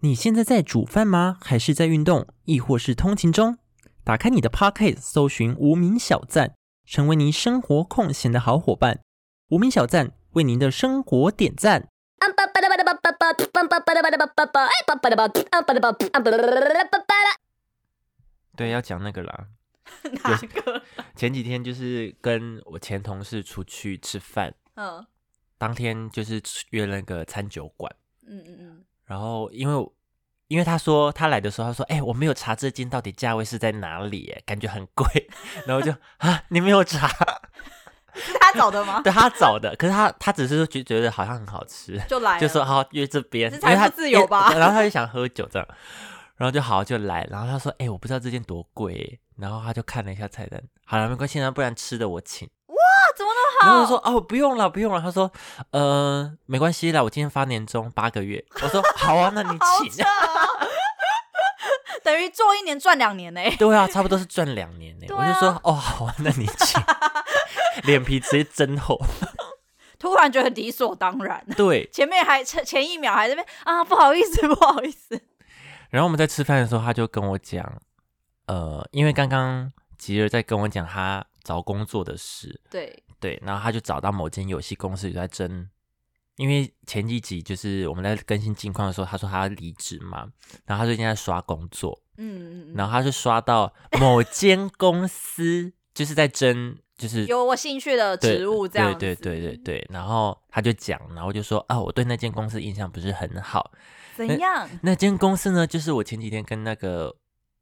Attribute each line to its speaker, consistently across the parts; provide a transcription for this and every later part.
Speaker 1: 你现在在煮饭吗？还是在运动，亦或是通勤中？打开你的 Pocket，搜寻“无名小站”，成为您生活空闲的好伙伴。无名小站为您的生活点赞。对，要讲那个啦。
Speaker 2: 哪个？
Speaker 1: 前几天就是跟我前同事出去吃饭，
Speaker 2: 嗯
Speaker 1: 当天就是约了那个餐酒馆，
Speaker 2: 嗯嗯
Speaker 1: 然后因为我因为他说他来的时候，他说：“哎、我没有查这间到底价位是在哪里，哎感觉很贵。” 然后我就啊，你没有查，
Speaker 2: 嗯，是他找的吗？
Speaker 1: 对他找的，可是他他只是觉觉得好像很好吃，
Speaker 2: 就来了，
Speaker 1: 就说好约这边，
Speaker 2: 哎这
Speaker 1: 因
Speaker 2: 才
Speaker 1: 为他
Speaker 2: 不自由吧
Speaker 1: 因为然后他就想喝酒这样，然后就好就来，然后他说：“哎、我不知道这间多贵。哎”然后他就看了一下菜单，好了，没关系，那不然吃的我请。
Speaker 2: 啊怎么那么
Speaker 1: 然
Speaker 2: 好？
Speaker 1: 后我说哦，不用了，不用了。他说，呃，没关系啦，我今天发年终八个月。我说好啊，那你
Speaker 2: 好扯
Speaker 1: 请。
Speaker 2: 哦，等于做一年赚两年呢、
Speaker 1: 对啊，差不多是赚两年呢。
Speaker 2: 对
Speaker 1: 我就说哦，好啊，那你请。 脸皮直接增厚。
Speaker 2: 突然觉得理所当然。
Speaker 1: 对，
Speaker 2: 前面还前前一秒还在那边啊，不好意思，不好意思，
Speaker 1: 然后我们在吃饭的时候，他就跟我讲，呃，因为
Speaker 2: 嗯
Speaker 1: 刚刚吉儿在跟我讲他找工作的事，
Speaker 2: 对，
Speaker 1: 对，然后他就找到某间游戏公司有在争，因为前几集就是我们在更新近况的时候，他说他要离职嘛，然后他最近在刷工作，
Speaker 2: 嗯嗯嗯，
Speaker 1: 然后他是刷到某间公司， 就是在争，就是
Speaker 2: 有我兴趣的
Speaker 1: 对
Speaker 2: 职务这样子，
Speaker 1: 对对对对对。然后他就讲，然后就说啊，我对那间公司印象不是很好。
Speaker 2: 怎样？
Speaker 1: 那间公司呢，就是我前几天跟那个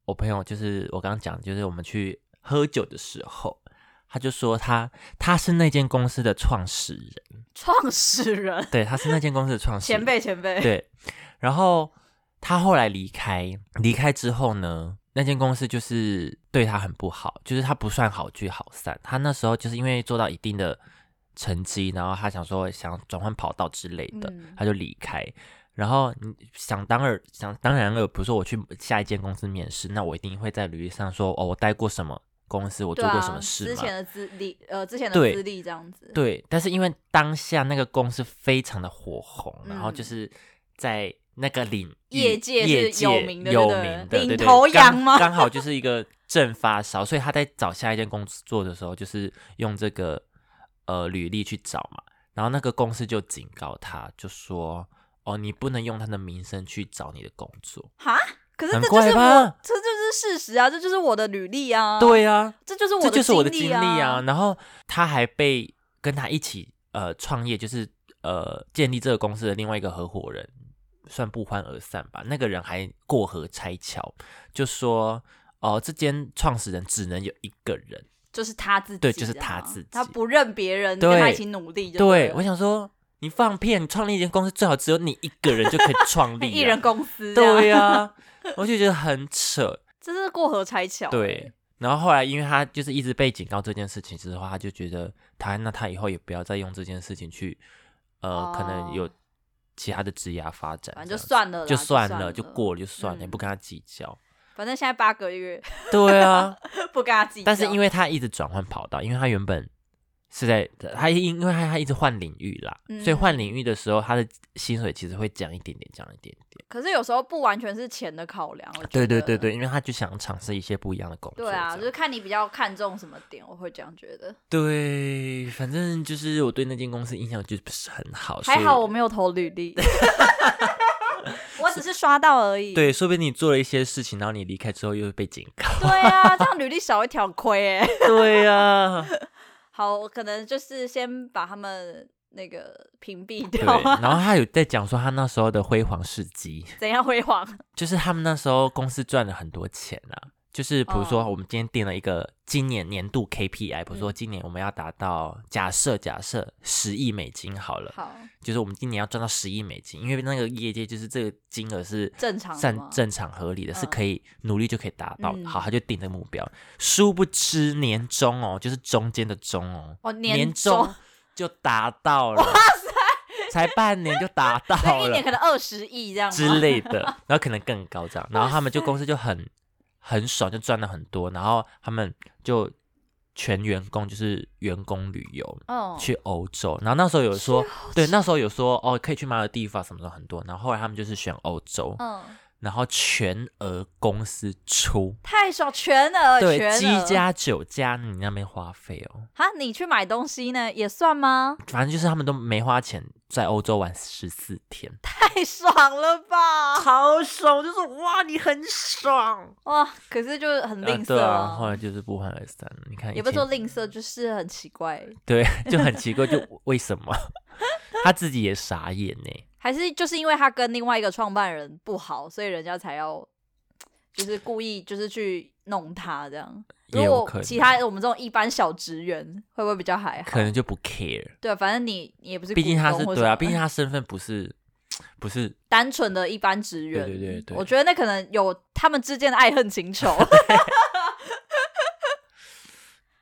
Speaker 1: 我朋友，就是我刚刚讲，就是我们去喝酒的时候，他就说他他是那间公司的创始人，
Speaker 2: 创始人
Speaker 1: 对，他是那间公司的创始人
Speaker 2: 前辈前辈，
Speaker 1: 对，然后他后来离开，离开之后呢，那间公司就是对他很不好，就是他不算好聚好散。他那时候就是因为做到一定的成绩，然后他想说想转换跑道之类的，
Speaker 2: 嗯
Speaker 1: 他就离开。然后你想当然想当然了，比如说我去下一间公司面试，那我一定会在履历上说哦，我待过什么公司，我
Speaker 2: 对
Speaker 1: 做过什么
Speaker 2: 啊，
Speaker 1: 事
Speaker 2: 之
Speaker 1: 嘛。
Speaker 2: 前的资历呃之前的
Speaker 1: 对
Speaker 2: 资历这样子，
Speaker 1: 对，但是因为当下那个公司非常的火红，然后就
Speaker 2: 嗯
Speaker 1: 是在那个领域
Speaker 2: 业界
Speaker 1: 业
Speaker 2: 是有
Speaker 1: 界
Speaker 2: 名的
Speaker 1: 有
Speaker 2: 对不对
Speaker 1: 名的
Speaker 2: 领
Speaker 1: 对对
Speaker 2: 头
Speaker 1: 刚
Speaker 2: 羊吗
Speaker 1: 刚好就是一个正发烧，所以他在找下一间工作的时候，就是用这个呃履历去找嘛。然后那个公司就警告他，就说：“哦，你不能用他的名声去找你的工作。
Speaker 2: 哈，可是
Speaker 1: 很
Speaker 2: 这就
Speaker 1: 怪
Speaker 2: 是我
Speaker 1: 吧，
Speaker 2: 这就是事实啊，这就是我的履历啊，，
Speaker 1: 对啊，
Speaker 2: 这就是
Speaker 1: 这
Speaker 2: 我的
Speaker 1: 就是我的经
Speaker 2: 历
Speaker 1: 历啊。
Speaker 2: 啊，
Speaker 1: 然后他还被跟他一起呃创业，就是呃建立这个公司的另外一个合伙人，算不欢而散吧。那个人还过河拆桥，就说哦、这间创始人只能有一个人。
Speaker 2: 就是他自己啊，
Speaker 1: 对就是他自己
Speaker 2: 他不认别人，
Speaker 1: 对
Speaker 2: 跟他一起努力就
Speaker 1: 对，
Speaker 2: 了
Speaker 1: 我想说你放屁，你创立一间公司最好只有你一个人就可以创立、啊，
Speaker 2: 一人公司，
Speaker 1: 对，啊呀、我就觉得很扯。
Speaker 2: 这是过河拆桥，
Speaker 1: 对，，然后后来因为他就是一直被警告这件事情之后，他就觉得他那他以后也不要再用这件事情去，呃，可能有
Speaker 2: 哦
Speaker 1: 其他的职业发展，
Speaker 2: 反
Speaker 1: 这样
Speaker 2: 正就
Speaker 1: 子
Speaker 2: 算了啦，
Speaker 1: 就算
Speaker 2: 了，
Speaker 1: 了，就过了就算了，也
Speaker 2: 嗯
Speaker 1: 不跟他计较。
Speaker 2: 反正现在八个月
Speaker 1: 对啊，
Speaker 2: 不跟 他计较，
Speaker 1: 但是因为他一直转换跑道，因为他原本是在他因因为他他一直换领域啦，所以换领
Speaker 2: 嗯
Speaker 1: 域的时候，他的薪水其实会降一点点，降一点点。
Speaker 2: 可是有时候不完全是钱的考量，我觉
Speaker 1: 对对
Speaker 2: 得
Speaker 1: 对对，因为他就想尝试一些不一样的工作。
Speaker 2: 对啊，
Speaker 1: 这样
Speaker 2: 就是看你比较看重什么点，我会这样觉得。
Speaker 1: 对，反正就是我对那间公司印象就不是很好，所
Speaker 2: 还
Speaker 1: 以
Speaker 2: 好我没有投 履历，我只是刷到而已。
Speaker 1: 对，说不定你做了一些事情，然后你离开之后又被警 告。
Speaker 2: 对啊，这样履历少一条亏哎。
Speaker 1: 对啊，
Speaker 2: 好，我可能就是先把他们那个屏蔽
Speaker 1: 对。
Speaker 2: 掉，啊
Speaker 1: 然后他有在讲说他那时候的辉煌事迹，
Speaker 2: 怎样辉煌？
Speaker 1: 就是他们那时候公司赚了很多钱啊。就是比如说，
Speaker 2: 哦
Speaker 1: 我们今天定了一个今年年度 KPI，、比如说
Speaker 2: 嗯
Speaker 1: 今年我们要达到假设假设十亿美金好了，
Speaker 2: 好，
Speaker 1: 就是我们今年要赚到十亿美金，因为那个业界就是这个金额是
Speaker 2: 正常的吗
Speaker 1: 正正常合理的，是
Speaker 2: 嗯
Speaker 1: 可以努力就可以达到的。
Speaker 2: 嗯
Speaker 1: 好，他就定这个目标，殊不知年终哦，就是中间的中哦，
Speaker 2: 哦年
Speaker 1: 终
Speaker 2: 终
Speaker 1: 就达到了，哇塞，才半年就 达
Speaker 2: 所
Speaker 1: 到
Speaker 2: 以一
Speaker 1: 了
Speaker 2: 年可能二十亿这样吗
Speaker 1: 之类的，然后可能更高这样，然后他们就公司就很很爽，就赚了很多，然后他们就全员工就是员工旅游
Speaker 2: 哦，
Speaker 1: 去欧洲，然后那时候有说
Speaker 2: 去欧，
Speaker 1: 对，那时候有说哦可以去马尔地夫啊什么的很多，然后后来他们就是选欧洲，
Speaker 2: 嗯，
Speaker 1: 然后全额公司出，
Speaker 2: 太爽，全额呃全
Speaker 1: 对，
Speaker 2: 额
Speaker 1: 七加九加你那边花费哦，
Speaker 2: 啊，你去买东西呢也算吗？
Speaker 1: 反正就是他们都没花钱，在欧洲玩十四天，
Speaker 2: 太爽了吧！
Speaker 1: 好爽，就是哇你很爽，
Speaker 2: 哇，可是就是很吝
Speaker 1: 呃、
Speaker 2: 啬
Speaker 1: 对啊，
Speaker 2: 啊
Speaker 1: 后来就是不欢而散，你看
Speaker 2: 也
Speaker 1: 以
Speaker 2: 不是
Speaker 1: 前
Speaker 2: 说吝啬，就是很奇怪，
Speaker 1: 对，就很奇怪，就为什么 他自己也傻眼呢？
Speaker 2: 还是就是因为他跟另外一个创办人不好，所以人家才要就是故意就是去弄他这样。
Speaker 1: 也
Speaker 2: 如
Speaker 1: 有
Speaker 2: 果
Speaker 1: 可能
Speaker 2: 其他我们这种一般小职员，会不会比较还好？
Speaker 1: 可能就不 care，
Speaker 2: 对，啊反正你你也哦不是股
Speaker 1: 毕
Speaker 2: 东或
Speaker 1: 竟他
Speaker 2: 什么的，
Speaker 1: 是对啊，毕竟他身份不是不是
Speaker 2: 单纯的一般职员。
Speaker 1: 对对对对
Speaker 2: 我觉得那可能有他们之间的爱恨 情仇。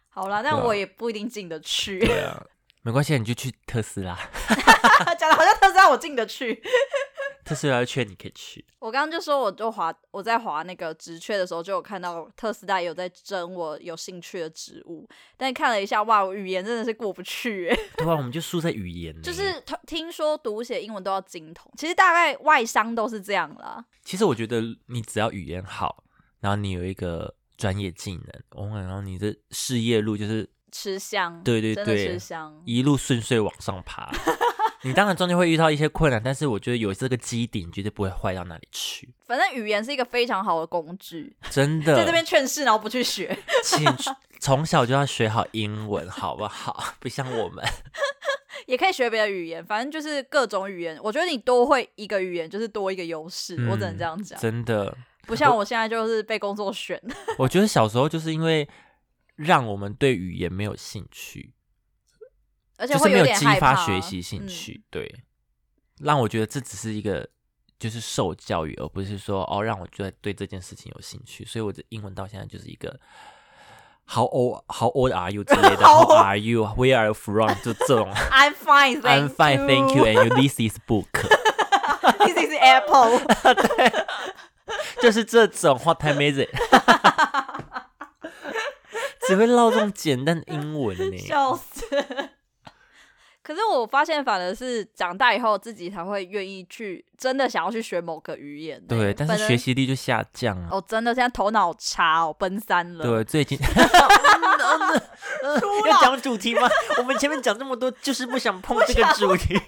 Speaker 2: 好啦，但
Speaker 1: 对啊
Speaker 2: 我也不一定进得去，
Speaker 1: 对啊，没关系，你就去特斯拉，啊
Speaker 2: 讲的好像特斯拉我进得去。
Speaker 1: 特斯拉圈你可以去，
Speaker 2: 我刚刚就说，我就划我在划那个职缺的时候，就有看到特斯拉有在征我有兴趣的职务，但看了一下，哇，我语言真的是过不去，欸
Speaker 1: 对啊，我们就输在语言呢，
Speaker 2: 就是他听说读写英文都要精通，其实大概外商都是这样啦。
Speaker 1: 其实我觉得你只要语言好，然后你有一个专业技能，哦，然后你的事业路就是
Speaker 2: 吃香，
Speaker 1: 对对
Speaker 2: 真的吃
Speaker 1: 对
Speaker 2: 香，
Speaker 1: 一路顺遂往上 爬。你当然中间会遇到一些困难，但是我觉得有这个基底，你绝对不会坏到哪里去，
Speaker 2: 反正语言是一个非常好的工具，
Speaker 1: 真的。
Speaker 2: 在这边劝世，然后不去学，
Speaker 1: 请从小就要学好英文，好不好？ 不像我们，
Speaker 2: 也可以学别的语言，反正就是各种语言。我觉得你多会一个语言，就是多一个优势，我只能
Speaker 1: 嗯
Speaker 2: 这样讲，
Speaker 1: 真的。
Speaker 2: 不像我现在就是被工作选。
Speaker 1: 我觉得小时候就是因为让我们对语言没有兴趣，
Speaker 2: 而且
Speaker 1: 就是
Speaker 2: 会
Speaker 1: 没有
Speaker 2: 点
Speaker 1: 激
Speaker 2: 害
Speaker 1: 发
Speaker 2: 怕
Speaker 1: 学习兴。
Speaker 2: 嗯
Speaker 1: 趣，对，让我觉得这只是一个就是受教育，而不是说哦让我觉得对这件事情有兴趣。所以我的英文到现在就是一个。How old How old are you 之 类的
Speaker 2: How
Speaker 1: ？How are you? Where are you from？就这 种
Speaker 2: I'm fine,
Speaker 1: I'm
Speaker 2: thank
Speaker 1: fine, thank you,
Speaker 2: you.
Speaker 1: and you. This is book.
Speaker 2: This is Apple.
Speaker 1: 就是这种 What time is it？只会唠这种简单的英文呢。
Speaker 2: 笑死！ 可是我发现，反而是长大以后自己才会愿意去，真的想要去学某个语言欸。
Speaker 1: 对，但
Speaker 2: 本
Speaker 1: 是
Speaker 2: 人
Speaker 1: 学习力就下降啊。
Speaker 2: 哦，真的现在头脑差哦，奔三了。，
Speaker 1: 对， 最近嗯
Speaker 2: 哭
Speaker 1: 要
Speaker 2: 了。
Speaker 1: 讲主题吗？我们前面讲这么多，就是不想碰这个主题，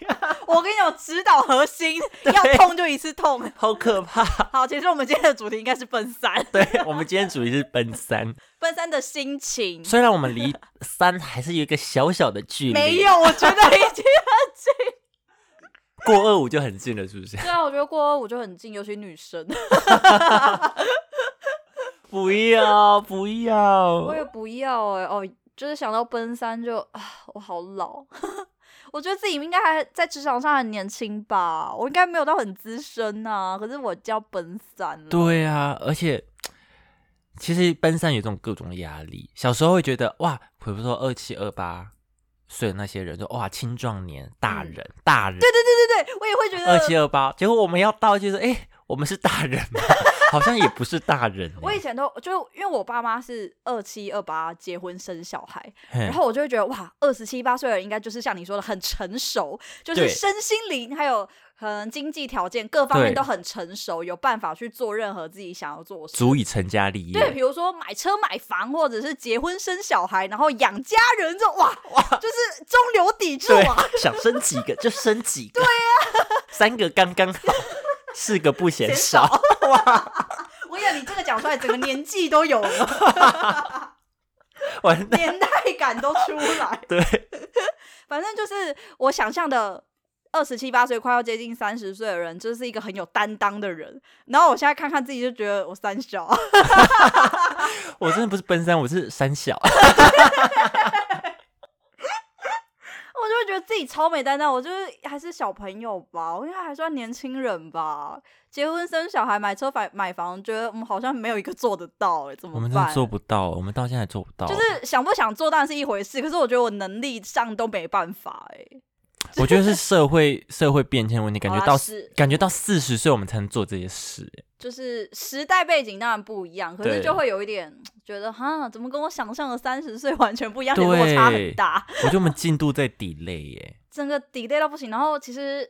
Speaker 2: 我跟你讲，指导 核心要痛就一次痛。
Speaker 1: 好可怕。
Speaker 2: 好，其实我们今天的主题应该是奔三，
Speaker 1: 对我们今天主题是奔三，
Speaker 2: 奔三的心情。
Speaker 1: 虽然我们离三还是有一个小小的距离，
Speaker 2: 没有，我觉得已经。
Speaker 1: 过二五就很近了，是不是？
Speaker 2: 对啊，我觉得过二五就很近，尤其女生。
Speaker 1: 不要，不要
Speaker 2: 我，也不要哎、哦，就是想到奔三就啊，我好老， 我觉得自己应该还在职场上很年轻吧，我应该没有到很资深啊，可是我就要奔三了。
Speaker 1: 对啊，而且其实奔三有这种各种压力。小时候会觉得哇，比如说二七二八岁的那些人，说哇青壮年、大
Speaker 2: 嗯
Speaker 1: 人、大人，
Speaker 2: 对对对，我也会觉
Speaker 1: 二
Speaker 2: 得。
Speaker 1: 七二八，结果我们要到就是哎、我们是大人吗？ 好像也不是大人欸、
Speaker 2: 我以前都就因为我爸妈是二七二八结婚生小孩，
Speaker 1: 嘿
Speaker 2: 然后我就会觉得哇，二十七八岁的人应该就是像你说的很成熟，就是
Speaker 1: 对
Speaker 2: 身心灵还有可能经济条件各方面
Speaker 1: 对
Speaker 2: 都很成熟，有办法去做任何自己想要做的事。
Speaker 1: 足以成家立
Speaker 2: 对，
Speaker 1: 业，
Speaker 2: 比如说买车、买房，或者是结婚生小孩，然后养家人，这种哇哇，就是中流砥柱
Speaker 1: 对
Speaker 2: 啊！，
Speaker 1: 想生几个就生几个，对呀、 三个刚 刚好，四个不嫌少。
Speaker 2: 我跟你这个讲出来，整个年纪都有了，
Speaker 1: 完蛋，
Speaker 2: 年代感都出来。
Speaker 1: 对，
Speaker 2: 反正就是我想象的。二十七八岁，快要接近三十岁的人，就是一个很有担当的人。然后我现在看看自己，就觉得我三小，啊
Speaker 1: 我真的不是奔三，我是三 小。
Speaker 2: 我就会觉得自己超没担当，我就是还是小朋友吧，我应该还算年轻人吧。结婚生小孩、买车、买买房，觉得我嗯们好像没有一个做得到、哎，怎
Speaker 1: 我
Speaker 2: 么
Speaker 1: 们真
Speaker 2: 办？
Speaker 1: 的做不到，我们到现在还做不到。 欸
Speaker 2: 就是想不想做当然是一回事，可是我觉得我能力上都没办法、哎，
Speaker 1: 我觉得是社会社会变迁问题，感觉
Speaker 2: 好啦啊
Speaker 1: 到
Speaker 2: 是
Speaker 1: 感觉到四十岁我们才能做这些事。哎
Speaker 2: 就是时代背景当然不一样，可是
Speaker 1: 对
Speaker 2: 就会有一点觉得哈，怎么跟我想象的三十岁完全不一样，而 且落差很
Speaker 1: 对
Speaker 2: 大，
Speaker 1: 我觉得我们进度在 delay 欸耶、
Speaker 2: 整个 delay 到不行。然后其实，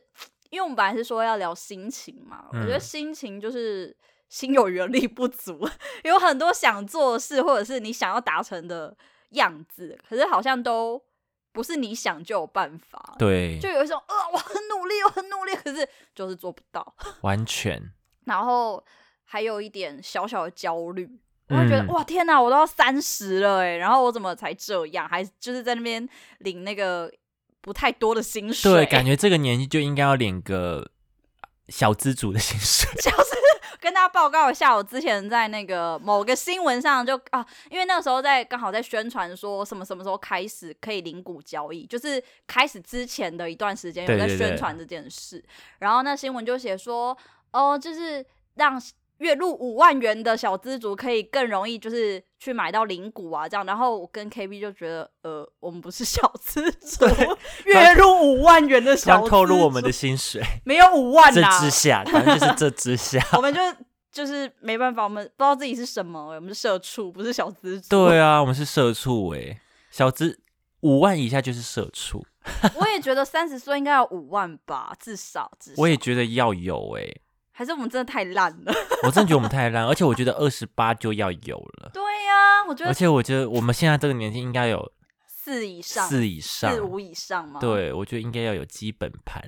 Speaker 2: 因为我们本来是说要聊心情嘛，
Speaker 1: 嗯
Speaker 2: 我觉得心情就是心有余而力不足， 有很多想做的事或者是你想要达成的样子，可是好像都不是你想就有办法。
Speaker 1: 对
Speaker 2: 就，有一种，呃，我很努力，我很努力，可是就是做不到。
Speaker 1: 完全
Speaker 2: 然后还有一点小小的焦虑，我会觉得、
Speaker 1: 嗯
Speaker 2: 哇天哪，我都要三十了哎，然后我怎么才这样？还就是在那边领那个不太多的薪水，
Speaker 1: 对，感觉这个年纪就应该要领个小资主的薪水。
Speaker 2: 跟大家报告一下，我之前在那个某个新闻上就啊，因为那个时候在刚好在宣传说什么什么时候开始可以零股交易，就是开始之前的一段时间有
Speaker 1: 对
Speaker 2: 在
Speaker 1: 对
Speaker 2: 宣
Speaker 1: 对
Speaker 2: 传这件事，然后那新闻就写说，哦，就是让月入五万元的小资族可以更容易就是去买到零股啊，这样。然后我跟 KB 就觉得，呃，我们不是小资族，月入五万元的小
Speaker 1: 刚
Speaker 2: 资
Speaker 1: 透露我们
Speaker 2: 族
Speaker 1: 的薪水，
Speaker 2: 没有五万
Speaker 1: 这
Speaker 2: 啦、
Speaker 1: 之下， 反正就是这之下。
Speaker 2: 我们就就是没办法，我们不知道自己是什么，我们是社畜，不是小资族。
Speaker 1: 对啊，我们是社畜哎、小资五万以下就是社畜，
Speaker 2: 我也觉得三十岁应该要五万吧，至少至少。
Speaker 1: 我也觉得要有哎、
Speaker 2: 还是我们真的太烂了。
Speaker 1: 我真的觉得我们太烂，而且我觉得二十八就要有了，
Speaker 2: 对啊呀、我觉
Speaker 1: 而
Speaker 2: 得
Speaker 1: 且我觉得我们现在这个年纪应该有
Speaker 2: 四以上，
Speaker 1: 四以上，
Speaker 2: 四五以上嘛。，
Speaker 1: 对我觉得应该要有基本盘，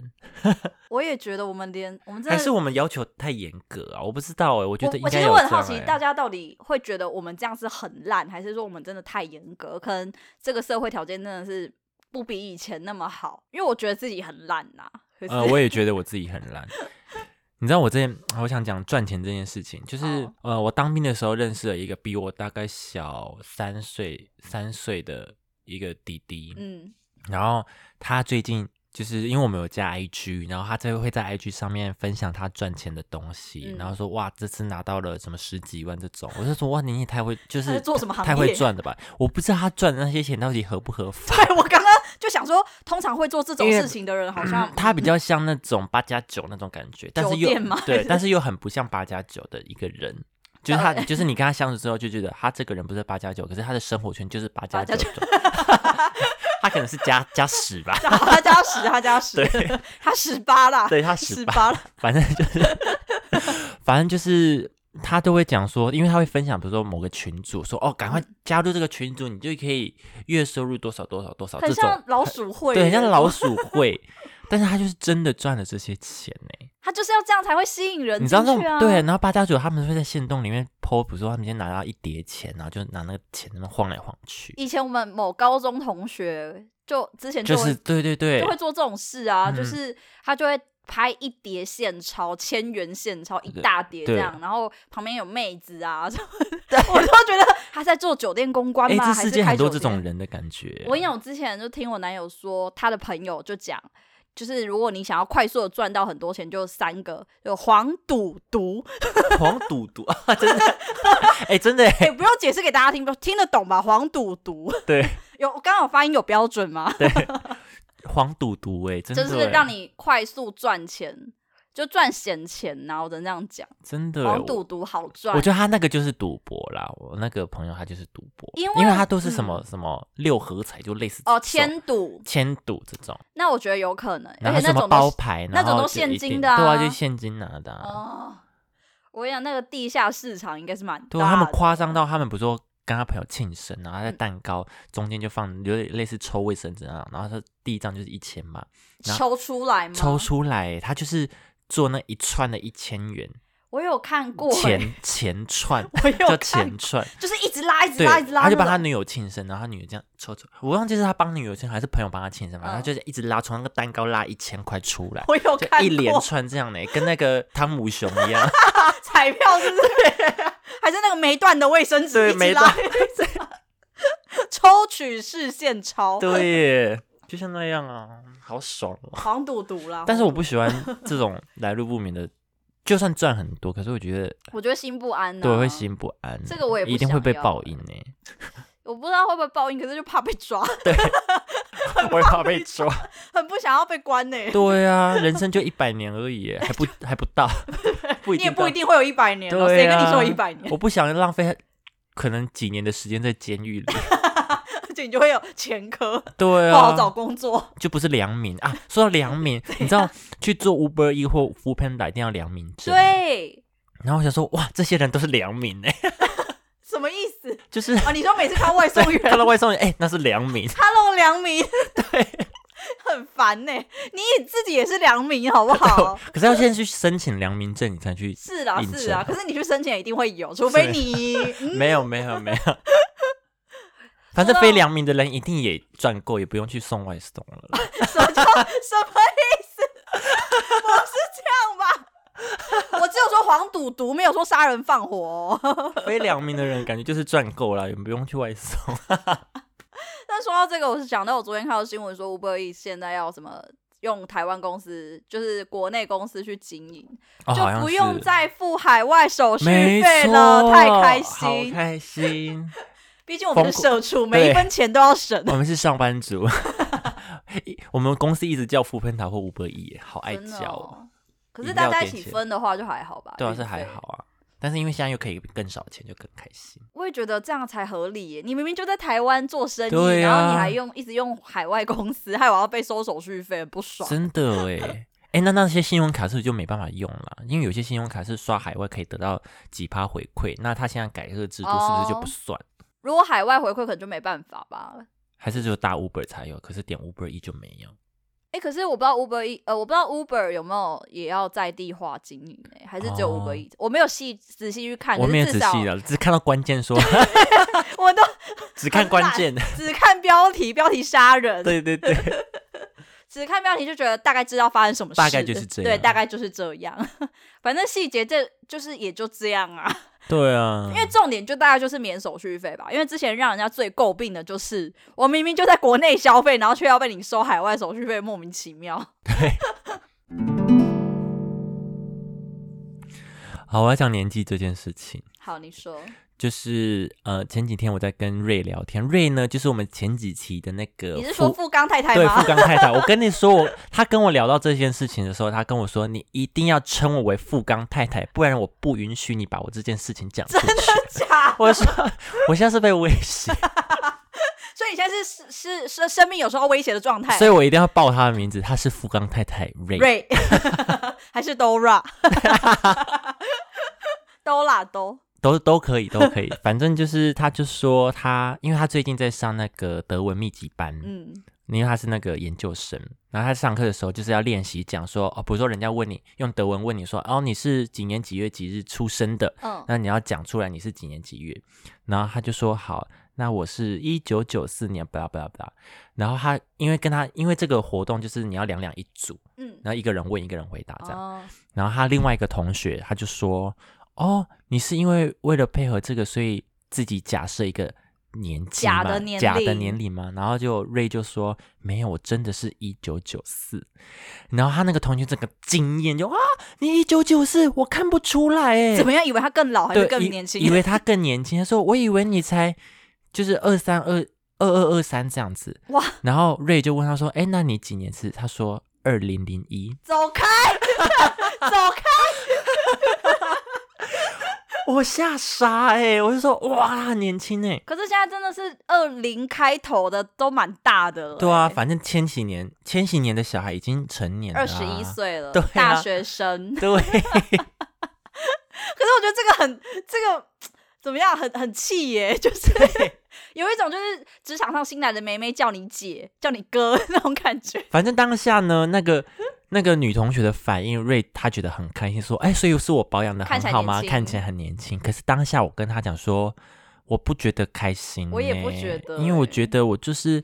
Speaker 2: 我也觉得我们连我们真
Speaker 1: 还
Speaker 2: 的
Speaker 1: 是我们要求太严格啊？我不知道哎、我觉
Speaker 2: 我
Speaker 1: 得应
Speaker 2: 我其
Speaker 1: 该
Speaker 2: 实
Speaker 1: 有
Speaker 2: 我很
Speaker 1: 这
Speaker 2: 好
Speaker 1: 样
Speaker 2: 奇，
Speaker 1: 欸
Speaker 2: 大家到底会觉得我们这样是很烂，还是说我们真的太严格？可能这个社会条件真的是不比以前那么好，因为我觉得自己很烂呐、可是、
Speaker 1: 呃，我也觉得我自己很烂。 你知道我之前，我想讲赚钱这件事情，就是、
Speaker 2: 好
Speaker 1: 呃，我当兵的时候认识了一个比我大概小三岁三岁的一个弟弟，
Speaker 2: 嗯
Speaker 1: 然后他最近就是因为我们有加 IG，然后他就会在 IG 上面分享他赚钱的东西，
Speaker 2: 嗯
Speaker 1: 然后说哇，这次拿到了什么十几万这种，我就说哇，你也太会，就
Speaker 2: 他
Speaker 1: 是
Speaker 2: 是做什么行
Speaker 1: 太会
Speaker 2: 业
Speaker 1: 赚的吧？我不知道他赚的那些钱到底合不合法。
Speaker 2: 对我刚刚就想说，通常会做这种
Speaker 1: 因为嗯
Speaker 2: 事情的人好像
Speaker 1: 他比较像那种八加九那种感觉，但是
Speaker 2: 酒
Speaker 1: 又
Speaker 2: 店吗还
Speaker 1: 对，
Speaker 2: 是哦
Speaker 1: 但是又很不像八加九的一个 人。就是他，就是你跟他相处之后就觉得他这个人不是八加九，可是他的生活圈就是八加九
Speaker 2: 8+9
Speaker 1: 种，他可能是加加十吧，
Speaker 2: 他加十，他加十，他十八啦，
Speaker 1: 对他
Speaker 2: 十
Speaker 1: 十八，
Speaker 2: 八啦，
Speaker 1: 反正就是，反正就是他都会讲说，因为他会分享，比如说某个群组说哦，赶快
Speaker 2: 嗯
Speaker 1: 加入这个群组，你就可以月收入多少多少多少哦这
Speaker 2: 很
Speaker 1: 种
Speaker 2: 像，老鼠会，
Speaker 1: 对，很像老，鼠会， 但是他就是真的赚了这些钱呢、
Speaker 2: 他就是要这样才会吸引人
Speaker 1: 你
Speaker 2: 进
Speaker 1: 知道那种
Speaker 2: 去啊，
Speaker 1: 对，，然后八加九他们会在线洞里面剖，比如说他们今天拿到一叠钱，然后就拿那个钱那么晃来晃去，
Speaker 2: 以前我们某高中同学就之前就
Speaker 1: 就
Speaker 2: 会
Speaker 1: 是对对对
Speaker 2: 就，会做这种事啊，
Speaker 1: 嗯
Speaker 2: 就是他就会拍一叠现钞，千元现钞一
Speaker 1: 对
Speaker 2: 大叠这
Speaker 1: 对
Speaker 2: 样，然后旁边有妹子啊，什么的 我都觉得他在做酒店公关
Speaker 1: 哎，
Speaker 2: 吗？
Speaker 1: 这
Speaker 2: 还
Speaker 1: 世
Speaker 2: 是
Speaker 1: 界
Speaker 2: 开
Speaker 1: 很多
Speaker 2: 酒
Speaker 1: 这
Speaker 2: 店
Speaker 1: 种人的感觉，
Speaker 2: 我跟你讲，我之前就听我男友说，他的朋友就讲，就是如果你想要快速的赚到很多钱，就三个，有黄赌 毒，
Speaker 1: 黄赌毒 啊，真的，哎，真的耶，
Speaker 2: 哎、不用解释给大家听，不听得懂吧？黄赌毒
Speaker 1: 对，
Speaker 2: 有，我刚刚有发音有标准吗？
Speaker 1: 黄赌毒，哎，真的
Speaker 2: 就
Speaker 1: 耶，
Speaker 2: 是让你快速赚钱，就赚闲钱呐、我只能这样讲。
Speaker 1: 真的耶，
Speaker 2: 黄
Speaker 1: 我
Speaker 2: 赌毒好
Speaker 1: 我
Speaker 2: 赚，
Speaker 1: 觉得他那个就是赌博啦，我那个朋友他就是赌博，
Speaker 2: 因
Speaker 1: 因
Speaker 2: 为嗯
Speaker 1: 他都是什么什么六合彩，就类似这
Speaker 2: 哦，
Speaker 1: 种
Speaker 2: 添赌，
Speaker 1: 签赌这种，
Speaker 2: 那我觉得有可能，
Speaker 1: 然
Speaker 2: 而
Speaker 1: 后
Speaker 2: 且
Speaker 1: 什
Speaker 2: 那
Speaker 1: 么
Speaker 2: 种
Speaker 1: 包
Speaker 2: 都是
Speaker 1: 牌，
Speaker 2: 那
Speaker 1: 然
Speaker 2: 种
Speaker 1: 后
Speaker 2: 都
Speaker 1: 就
Speaker 2: 现
Speaker 1: 一
Speaker 2: 金
Speaker 1: 定
Speaker 2: 的
Speaker 1: 对
Speaker 2: 啊
Speaker 1: 啊，就现金拿的啊，
Speaker 2: 哦，我跟你讲，那个地下市场应该是蛮大的，嗯
Speaker 1: 对啊，他们夸张到他们不是说跟他朋友庆生，然后他在蛋糕中间就放有点类似抽卫生纸那样，然后他第一张就是一千嘛，然
Speaker 2: 抽出来吗？
Speaker 1: 抽出来他就是做那一串的一千元
Speaker 2: 我有看过、欸，
Speaker 1: 钱钱串
Speaker 2: 我有
Speaker 1: 叫
Speaker 2: 看
Speaker 1: 钱，串，
Speaker 2: 就是一直拉，一直
Speaker 1: 对，
Speaker 2: 拉，一直拉那种，
Speaker 1: 他就帮他女友庆生，然后他女友这样抽抽，我忘记是他帮女友庆生还是朋友帮他庆生，反正他
Speaker 2: 嗯
Speaker 1: 就是一直拉从那个蛋糕拉一千块出来。
Speaker 2: 我有
Speaker 1: 就
Speaker 2: 看过
Speaker 1: 一连串这样的，跟那个汤姆熊一 样，
Speaker 2: 彩票，是不是？还是那个没断的卫生纸，
Speaker 1: 对
Speaker 2: 一直
Speaker 1: 没
Speaker 2: 拉，一直拉抽取式现钞，，
Speaker 1: 对耶，就像那样啊，好爽哦。
Speaker 2: 黄赌毒啦。
Speaker 1: 但是我
Speaker 2: 黄赌
Speaker 1: 不喜欢这种来路不明的，就算赚很多，可是我觉得
Speaker 2: 毒，我觉得心不安、啊，
Speaker 1: 对会。心不安。
Speaker 2: 这个我也不
Speaker 1: 一定会被欸
Speaker 2: 想要
Speaker 1: 报应呢。
Speaker 2: 我不知道会不会报应，可是就怕被抓。
Speaker 1: 我也怕被抓。
Speaker 2: 很不想要被关呢、
Speaker 1: 对啊，人生就一百年而已 耶，还不还不到，不一
Speaker 2: 你也
Speaker 1: 定
Speaker 2: 不
Speaker 1: 到
Speaker 2: 一。定会有一百年哦，
Speaker 1: 对
Speaker 2: 谁、
Speaker 1: 啊
Speaker 2: 跟你说有一百年？
Speaker 1: 我不想浪费可能几年的时间在监狱 里。
Speaker 2: 而且你就会有前科，
Speaker 1: 对
Speaker 2: 不好找
Speaker 1: 啊，
Speaker 2: 工作。
Speaker 1: 就不是良民啊。说到良 民，你知道去做 Uber E 或 f o o Panda 一定要良民证。。
Speaker 2: 对，
Speaker 1: 然后我想说，哇，这些人都是良民哎，
Speaker 2: 什么意思
Speaker 1: 就是
Speaker 2: 啊？你说每次看外送 员
Speaker 1: 看到外送员，哎、那是良民。
Speaker 2: ，Hello 良 民，对，很烦呢、你自己也是良民好不好？
Speaker 1: 可是要先去申请良民证，你才去。
Speaker 2: 是啦，
Speaker 1: 印
Speaker 2: 是
Speaker 1: 证
Speaker 2: 啦，可是你去申请一定会有，除非
Speaker 1: 是
Speaker 2: 你嗯
Speaker 1: 没有，没有，没有。反正非良民的人一定也赚够，也不用去送外送了 啦。
Speaker 2: 什么叫什么意思？ 不是这样吧？我 只有说黄赌毒，没有说杀人放火哦、
Speaker 1: 非良民的人感觉就是赚够了，也不用去外送。
Speaker 2: 但说到这个，我是想到我昨天看到新闻说，Uber E 现在要什么用台湾公司，就是国内公司去经营，
Speaker 1: 哦，好
Speaker 2: 就
Speaker 1: 像
Speaker 2: 不
Speaker 1: 是
Speaker 2: 用再付海外手续
Speaker 1: 没
Speaker 2: 费
Speaker 1: 错
Speaker 2: 了，太开
Speaker 1: 好
Speaker 2: 心。
Speaker 1: 开心。
Speaker 2: 毕竟我们是社畜，每一
Speaker 1: 对
Speaker 2: 分钱都要省。
Speaker 1: 我们是上班族， 一我们公司一直叫福喷塔或五百亿，好爱
Speaker 2: 真的
Speaker 1: 叫哦。
Speaker 2: 哦。可是
Speaker 1: 饮
Speaker 2: 大
Speaker 1: 料
Speaker 2: 家一
Speaker 1: 点
Speaker 2: 起
Speaker 1: 钱
Speaker 2: 分的话就还好吧，
Speaker 1: 对啊，
Speaker 2: 运
Speaker 1: 是还
Speaker 2: 费
Speaker 1: 好。啊。但是因为现在又可以更少钱，就更开心。
Speaker 2: 我也觉得这样才合理耶。你明明就在台湾做生意，
Speaker 1: 对
Speaker 2: 然后你
Speaker 1: 啊
Speaker 2: 还用一直用海外公司，害我要被收手续费，很不爽。
Speaker 1: 真的哎、欸。哎、那那些信用卡是不是就没办法用了？因为有些信用卡是刷海外可以得到几趴回馈，那他现在改这个制度是不是就
Speaker 2: 哦
Speaker 1: 不算
Speaker 2: 如果海外回馈可能就没办法吧。
Speaker 1: 还是只有大 Uber 才有？可是点 Uber E 就没有。
Speaker 2: 哎、可是我不知道 Uber 一呃，我不知道 Uber 有没有也要在地化经营哎、还是只有
Speaker 1: 哦
Speaker 2: Uber 一、我没有细仔细去看，
Speaker 1: 我
Speaker 2: 可
Speaker 1: 没有
Speaker 2: 是
Speaker 1: 仔
Speaker 2: 至少
Speaker 1: 细了，只看到关键 说，
Speaker 2: 我都
Speaker 1: 只看关键。
Speaker 2: 只看标题，标题杀人，
Speaker 1: 对对对，
Speaker 2: 只看标题就觉得大概知道发生什么事，
Speaker 1: 大概就是这
Speaker 2: 对，
Speaker 1: 样
Speaker 2: 大概就是这样。 反正细节这就是也就这样啊。
Speaker 1: 对啊，
Speaker 2: 因为重点就大概就是免手续费吧，因为之前让人家最诟病的就是我明明就在国内消费，然后却要被你收海外手续费，莫名其妙。
Speaker 1: 好，我要讲年纪这件事情。
Speaker 2: 好，你说，
Speaker 1: 就是呃，前几天我在跟瑞聊天，瑞呢就是我们前几期的那个富，
Speaker 2: 你是说富冈太太
Speaker 1: 呃对
Speaker 2: 吗
Speaker 1: 富？冈太太？我跟你说，我他跟我聊到这件事情的时候，他跟我说，你一定要称我为富冈太太，不然我不允许你把我这件事情讲出去。
Speaker 2: 假，
Speaker 1: 我说，我现在是被威 胁，
Speaker 2: 所以你现在是是是是生命有受到威胁的状态
Speaker 1: 所。以我一定要报他的名字，他是富冈太太瑞。
Speaker 2: 瑞 还是 Dora，都啦都，
Speaker 1: 都都可以，都可以，反正就是他就说他，因为他最近在上那个德文密集班，
Speaker 2: 嗯，
Speaker 1: 因为他是那个研究生，然后他上课的时候就是要练习讲说，哦，比如说人家问你用德文问你说，哦，你是几年几月几日出生的？
Speaker 2: 嗯，
Speaker 1: 那你要讲出来你是几年几月，然后他就说好，那我是一九九四年，不啦不啦不啦。然后他因为跟他因为这个活动就是你要两两一组，
Speaker 2: 嗯，
Speaker 1: 然后一个人问一个人回答这样。
Speaker 2: 哦，
Speaker 1: 然后他另外一个同学他就说，哦，你是因为为了配合这个，所以自己假设一个年纪
Speaker 2: 假
Speaker 1: 嘛
Speaker 2: 的年
Speaker 1: 假的
Speaker 2: 龄
Speaker 1: 年龄吗？然后就瑞就说没有，我真的是一九九四。然后他那个同学整个惊艳，就啊，你一九九四，我看不出来哎
Speaker 2: 怎，么样？以为他更老还
Speaker 1: 对，
Speaker 2: 是更
Speaker 1: 以
Speaker 2: 年
Speaker 1: 以
Speaker 2: 轻？
Speaker 1: 为他更年轻，他说我以为你才就是二三二二二二三这样子
Speaker 2: 哇。
Speaker 1: 然后瑞就问他说，哎，那你几年次？他说二零零一。
Speaker 2: 走开，走开！
Speaker 1: 我吓傻哎、我就说哇，年轻哎、
Speaker 2: 可是现在真的是二零开头的都蛮大的了、欸
Speaker 1: 对啊，，反正千禧年千禧年的小孩已经成年了、
Speaker 2: 二十一。岁了，
Speaker 1: 对啊
Speaker 2: 大学生。
Speaker 1: 对，
Speaker 2: 可是我觉得这个很，这个怎么样，很很气耶， 就是有一种就是职场上新来的妹妹叫你姐、叫你哥 那种 感觉。
Speaker 1: 反正当下呢，那个 那个女同学的反应，瑞她觉得很开心，说：“哎、所以是我保养的
Speaker 2: 看
Speaker 1: 很
Speaker 2: 起来
Speaker 1: 好吗？
Speaker 2: 年轻
Speaker 1: 看起来很年轻。”可是当下我跟她讲说，我不觉得开心、
Speaker 2: 我也不觉得
Speaker 1: 因为我
Speaker 2: 欸
Speaker 1: 觉得我就是，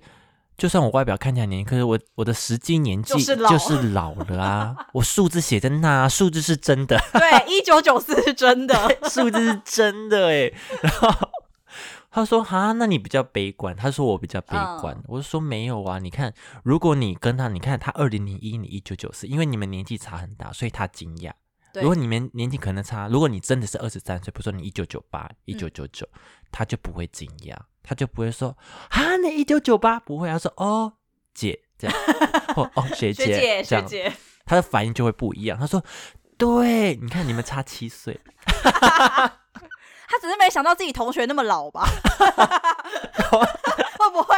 Speaker 1: 就算我外表看起来年轻，可是我我的实际年纪
Speaker 2: 就是老
Speaker 1: 就是老了啊，我数字写在那、啊，数字是真的。
Speaker 2: 对，一九九四是真的。
Speaker 1: 数字是真的哎。 然后他说：“哈，那你比较悲观。”他说：“我比较悲观。
Speaker 2: 嗯
Speaker 1: 我就说：“没有啊，你看，如果你跟他，你看他二零零一，你一九九四，因为你们年纪差很大，所以他惊讶。
Speaker 2: 对
Speaker 1: 如果你们年纪可能差，如果你真的是二十三岁，比如说你一九九
Speaker 2: 嗯
Speaker 1: 八、一九九九，他就不会惊讶，他就不会说啊，你一九九八不会，他说哦，姐这 样，或哦学姐
Speaker 2: 学姐
Speaker 1: 这
Speaker 2: 学
Speaker 1: 样，
Speaker 2: 姐，
Speaker 1: 他的反应就会不一样。他说：“对，你看你们差七岁，
Speaker 2: 他只是没想到自己同学那么老吧？ 会不 会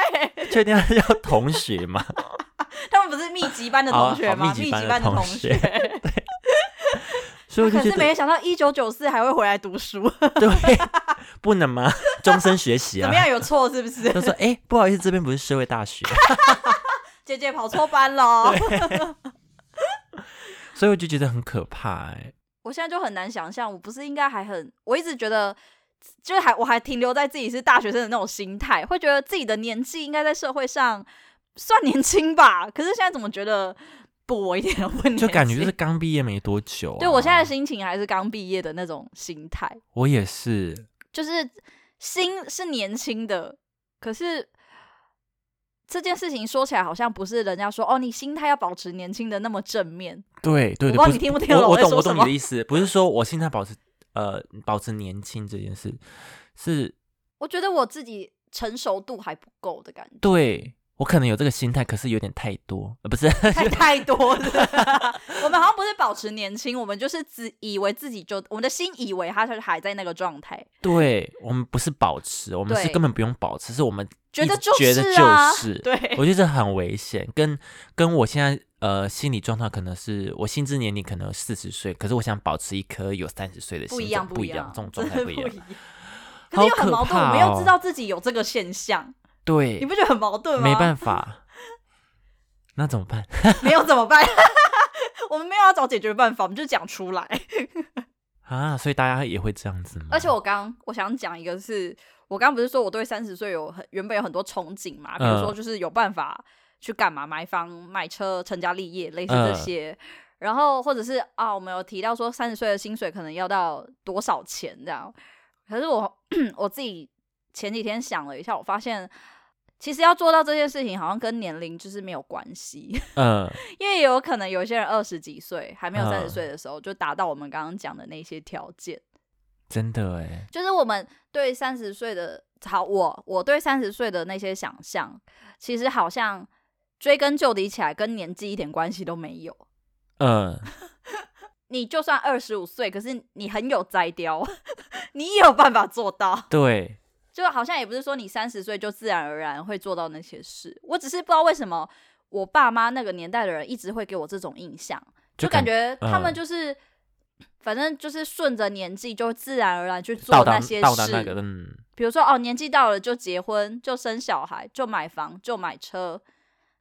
Speaker 1: 确定要同学 吗？
Speaker 2: 他们不是密集班的同学
Speaker 1: 哦
Speaker 2: 吗？
Speaker 1: 哦密集
Speaker 2: 集
Speaker 1: 班的
Speaker 2: 班的
Speaker 1: 同
Speaker 2: 同
Speaker 1: 学
Speaker 2: 学，
Speaker 1: 所以我就
Speaker 2: 可
Speaker 1: 觉
Speaker 2: 是没
Speaker 1: 得
Speaker 2: 想到一九九四还会回来读书，
Speaker 1: 对，不能吗？终身学习
Speaker 2: 怎
Speaker 1: 啊
Speaker 2: 么。样？有错是不是？
Speaker 1: 他说：“哎、不好意思，这边不是社会大 学。
Speaker 2: 姐姐跑错班了。”
Speaker 1: 所以我就觉得很可怕、哎，
Speaker 2: 我现在就很难想象，我不是应该还很，我一直觉得，就是还我还停留在自己是大学生的那种心态，会觉得自己的年纪应该在社会上算年轻吧。可是现在怎么觉得不，我一点都不年轻
Speaker 1: 就感觉就是刚毕业没多久、啊。
Speaker 2: 对我现在的心情还是刚毕业的那种心态，
Speaker 1: 我也是，
Speaker 2: 就是心是年轻的，可是。这件事情说起来好像不是人家说哦，你心态要保持年轻的那么正面，
Speaker 1: 对对对，
Speaker 2: 我
Speaker 1: 不
Speaker 2: 不知道你
Speaker 1: 是
Speaker 2: 听不听得
Speaker 1: 我
Speaker 2: 懂
Speaker 1: 我
Speaker 2: 在
Speaker 1: 懂
Speaker 2: 说
Speaker 1: 我
Speaker 2: 什
Speaker 1: 懂你的
Speaker 2: 么
Speaker 1: 意思，不是说我现在保持呃保持年轻这件事，是
Speaker 2: 我觉得我自己成熟度还不够的 感觉。
Speaker 1: 对我可能有这个心态，可是有点太多，呃、不是
Speaker 2: 太太多了。我们好像不是保持年轻，我们就是自以为自己就我们的心以为他是还在那个状态，
Speaker 1: 对我们不是保持，我们是
Speaker 2: 对
Speaker 1: 根本不用保持，是我们
Speaker 2: 觉
Speaker 1: 一
Speaker 2: 得
Speaker 1: 直
Speaker 2: 就
Speaker 1: 觉得
Speaker 2: 是
Speaker 1: 就
Speaker 2: 啊
Speaker 1: 是
Speaker 2: 对，
Speaker 1: 我觉得这很危险，跟跟我现在呃心理状态可能是我心智年龄可能四十岁，可是我想保持一颗有三十岁的心，
Speaker 2: 不一样，
Speaker 1: 这不
Speaker 2: 一样，
Speaker 1: 这种状态
Speaker 2: 不
Speaker 1: 不一样。
Speaker 2: 可是又很
Speaker 1: 好可
Speaker 2: 矛盾，我
Speaker 1: 怕
Speaker 2: 们又
Speaker 1: 哦
Speaker 2: 知道自己有这个现象，
Speaker 1: 对
Speaker 2: 你，不觉得很矛盾吗？
Speaker 1: 没办
Speaker 2: 法，
Speaker 1: 法，那怎么办？
Speaker 2: 没有怎么办？我们没有要找解决办法，我们就讲出来。
Speaker 1: 啊，所以大家也会这样子吗？
Speaker 2: 而且我刚我想讲一个是，我刚不是说我对三十岁有很原本有很多憧憬嘛，比如说
Speaker 1: 嗯
Speaker 2: 就是有办法去干嘛买房、买车、成家立业，类似这
Speaker 1: 嗯
Speaker 2: 些。然后或者是啊，我们有提到说三十岁的薪水可能要到多少钱这样。可是我 我自己前几天想了一下，我发现其实要做到这件事情，好像跟年龄就是没有关系。
Speaker 1: 嗯，
Speaker 2: 因为也有可能有些人二十几岁还没有
Speaker 1: 嗯
Speaker 2: 三十岁的时候，就达到我们刚刚讲的那些条件。
Speaker 1: 真的哎，
Speaker 2: 就是我们对三十岁的好，我我对三十岁的那些想象，其实好像追根究底起来，跟年纪一点关系都没有。
Speaker 1: 嗯，
Speaker 2: 你就算二十五岁，可是你很有摘雕， 你也有办法做到。
Speaker 1: 对，
Speaker 2: 就好像也不是说你三十岁就自然而然会做到那些事。我只是不知道为什么我爸妈那个年代的人一直会给我这种印象，就感觉他们
Speaker 1: 嗯
Speaker 2: 就是。反正就是顺着年纪，就自然而然去做
Speaker 1: 到
Speaker 2: 那
Speaker 1: 达
Speaker 2: 些事。
Speaker 1: 到达那个嗯，
Speaker 2: 比如说哦，年纪到了就结婚，就生小孩，就买房，就买车，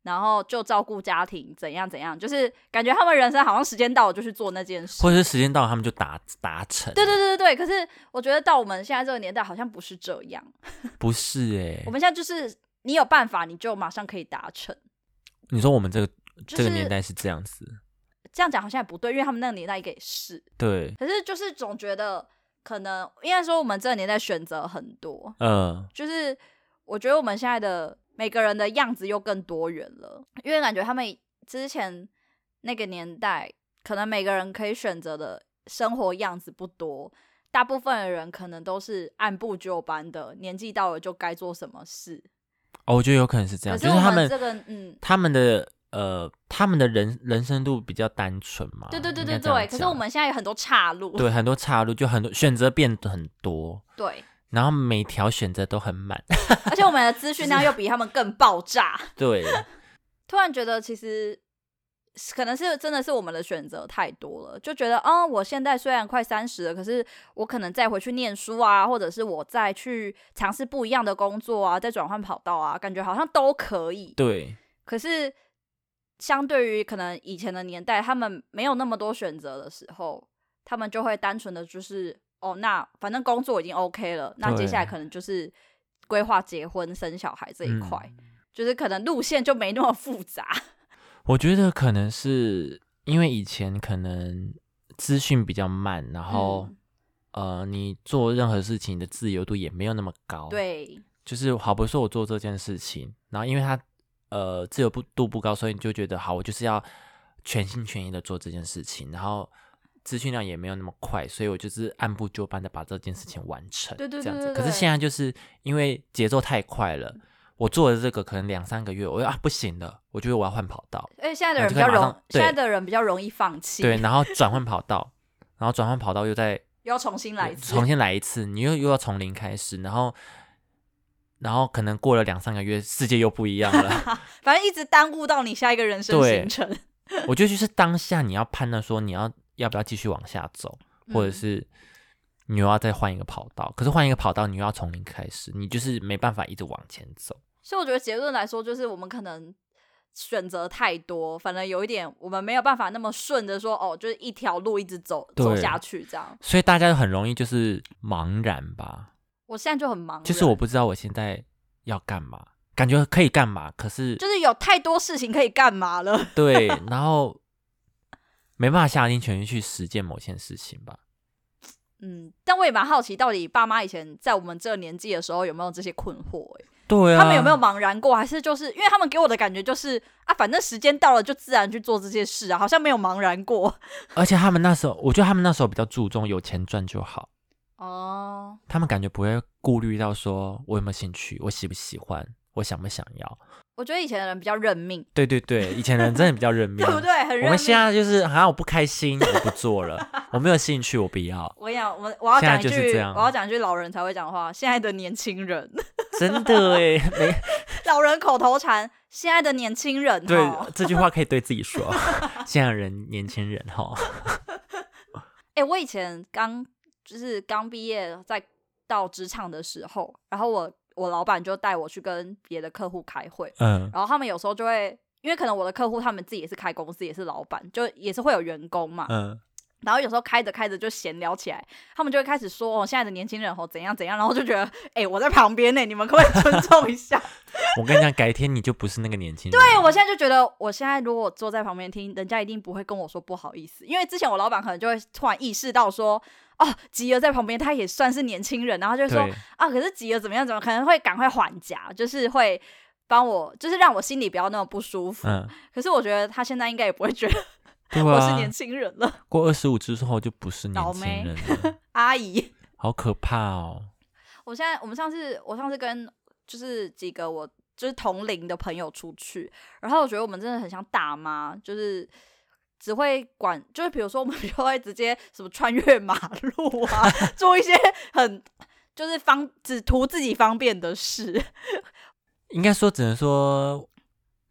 Speaker 2: 然后就照顾家庭，怎样怎样，就是感觉他们人生好像时间到了就去做那件事
Speaker 1: 或。者是时间到了，他们就达达成，
Speaker 2: 对对对对对，可是我觉得到我们现在这个年代好像不是这样，
Speaker 1: 不是哎
Speaker 2: 我，们现在就是你有办法你就马上可以达成，
Speaker 1: 你说我们这个
Speaker 2: 就
Speaker 1: 这个年
Speaker 2: 是
Speaker 1: 代是这样子，
Speaker 2: 这样讲好像也不对，因为他们那个年代也是，
Speaker 1: 对，
Speaker 2: 可是就是总觉得可能应该说我们这个年代选择很多，
Speaker 1: 嗯，
Speaker 2: 就是我觉得我们现在的每个人的样子又更多元了，因为感觉他们之前那个年代，可能每个人可以选择的生活样子不多，大部分的人可能都是按部就班的，年纪到了就该做什么事。
Speaker 1: 哦，我觉得有可能是这
Speaker 2: 可
Speaker 1: 样，
Speaker 2: 是
Speaker 1: 就是他
Speaker 2: 我
Speaker 1: 们
Speaker 2: 这个，嗯。
Speaker 1: 他们的呃，他们的人人生路比较单纯嘛。
Speaker 2: 对对对
Speaker 1: 啊应
Speaker 2: 对
Speaker 1: 该这样
Speaker 2: 对，可是
Speaker 1: 讲
Speaker 2: 我们现在有很多岔路，
Speaker 1: 对很多岔路，就很多选择变得很多，
Speaker 2: 对，
Speaker 1: 然后每条选择都很满。
Speaker 2: 而且我们的资讯量又比他们更爆炸。
Speaker 1: 对，
Speaker 2: 突然觉得其实可能是真的是我们的选择太多了，就觉得嗯，我现在虽然快三十了，可是我可能再回去念书啊，或者是我再去尝试不一样的工作啊，再转换跑道啊，感觉好像都可以。
Speaker 1: 对，
Speaker 2: 可是相对于可能以前的年代，他们没有那么多选择的时候，他们就会单纯的就是哦，那反正工作已经 OK 了，那接下来
Speaker 1: 对
Speaker 2: 可能就是规划结婚、生小孩这一
Speaker 1: 嗯
Speaker 2: 块。就是可能路线就没那么复杂，
Speaker 1: 我觉得可能是因为以前可能资讯比较慢，然后、
Speaker 2: 嗯
Speaker 1: 呃，你做任何事情的自由度也没有那么高。，
Speaker 2: 对，
Speaker 1: 就是好比如说我做这件事情，然后因为它呃自由不度不高，所以你就觉得好，我就是要全心全意的做这件事情，然后资讯量也没有那么快，所以我就是按部就班的把这件事情完成，
Speaker 2: 对对对
Speaker 1: 这样子。
Speaker 2: 对
Speaker 1: 可是
Speaker 2: 对
Speaker 1: 现在就是因为节奏太快了，我做了这个可能两三个月，我就啊不行了，我觉得我要换跑道，
Speaker 2: 而且现在的
Speaker 1: 那
Speaker 2: 人
Speaker 1: 就可
Speaker 2: 比
Speaker 1: 以
Speaker 2: 较
Speaker 1: 马上
Speaker 2: 容，现在
Speaker 1: 对
Speaker 2: 的人比较容易放弃，
Speaker 1: 对，，然后转换跑道，然后转换跑道又再
Speaker 2: 又要重 新来一次
Speaker 1: 重。新来一次，你又又要从零开始，然后然后可能过了两三个月，世界又不一样了。
Speaker 2: 反正一直耽误到你下一个人生
Speaker 1: 对
Speaker 2: 行程，
Speaker 1: 我觉得就是当下你要判断说你要要不要继续往下走，或者
Speaker 2: 嗯
Speaker 1: 是你又要再换一个跑道，可是换一个跑道你又要从零开始，你就是没办法一直往前走。
Speaker 2: 所以我觉得结论来说，就是我们可能选择太多，反正有一点我们没有办法那么顺着说，哦，就是一条路一直走
Speaker 1: 对
Speaker 2: 走下去这样。
Speaker 1: 所以大家就很容易就是茫然吧，
Speaker 2: 我现在就很忙，
Speaker 1: 就是我不知道我现在要干嘛，感觉可以干嘛，可是
Speaker 2: 就是有太多事情可以干嘛了。
Speaker 1: 对，然后没办法下定全力去实践某件事情吧。
Speaker 2: 嗯，但我也蛮好奇，到底爸妈以前在我们这个年纪的时候有没有这些困惑、欸？
Speaker 1: 对啊，
Speaker 2: 他们有没有？茫然过？还是就是因为他们给我的感觉就是啊，反正时间到了就自然去做这些事啊，好像没有茫然过。
Speaker 1: 而且他们那时候，我觉得他们那时候比较注重有钱赚就好，
Speaker 2: 哦，
Speaker 1: 他们感觉不会顾虑到说我有没有兴趣，我喜不喜欢，我想不想要。
Speaker 2: 我觉得以前的人比较认命，
Speaker 1: 对对对，以前人真的比较认命，
Speaker 2: 对不？对？很认
Speaker 1: 我
Speaker 2: 命。
Speaker 1: 们现在就是啊，我不开心，我不做 了，我没有兴趣，我不要，
Speaker 2: 我跟你讲，我我要讲
Speaker 1: 现在
Speaker 2: 一
Speaker 1: 就是
Speaker 2: 句，
Speaker 1: 这样
Speaker 2: 我要讲一句老人才会讲话。现在的年轻人，
Speaker 1: 真的哎，没
Speaker 2: 老人口头禅，现在的年轻人，
Speaker 1: 对
Speaker 2: 哈，
Speaker 1: 这句话可以对自己说，现在人年轻人哈，
Speaker 2: 哎、我以前刚就是刚毕业在到职场的时候，然后我我老板就带我去跟别的客户开会，
Speaker 1: 嗯
Speaker 2: 然后他们有时候就会，因为可能我的客户他们自己也是开公司，也是老板，就也是会有员工嘛，
Speaker 1: 嗯，
Speaker 2: 然后有时候开着开着就闲聊起来，他们就会开始说哦，现在的年轻人哦怎样怎样，然后就觉得哎、我在旁边呢，你们可不可以 尊重一下？
Speaker 1: 我跟你讲，改天你就不是那个年轻人，
Speaker 2: 对，我现在就觉得，我现在如果坐在旁边听，人家一定不会跟我说不好意思，因为之前我老板可能就会突然意识到说，哦，吉儿在旁边，他也算是年轻人，然后就说
Speaker 1: 对，
Speaker 2: 啊，可是吉儿怎么样怎么样，可能会赶快缓夹，就是会帮我，就是让我心里不要那么不舒服。
Speaker 1: 嗯，
Speaker 2: 可是我觉得他现在应该也不会觉得
Speaker 1: 对
Speaker 2: 我是
Speaker 1: 啊，
Speaker 2: 年轻人了，
Speaker 1: 过二十五之后就不是年
Speaker 2: 倒
Speaker 1: 轻
Speaker 2: 霉
Speaker 1: 人了，
Speaker 2: 阿姨。
Speaker 1: 好可怕哦。
Speaker 2: 我现在我们上次我上次跟就是几个我就是同龄的朋友出去，然后我觉得我们真的很像大妈，就是只会管，就是比如说我们 就会直接什么穿越马路啊，做一些很就是方只图自己方便的事。
Speaker 1: 应该说，只能说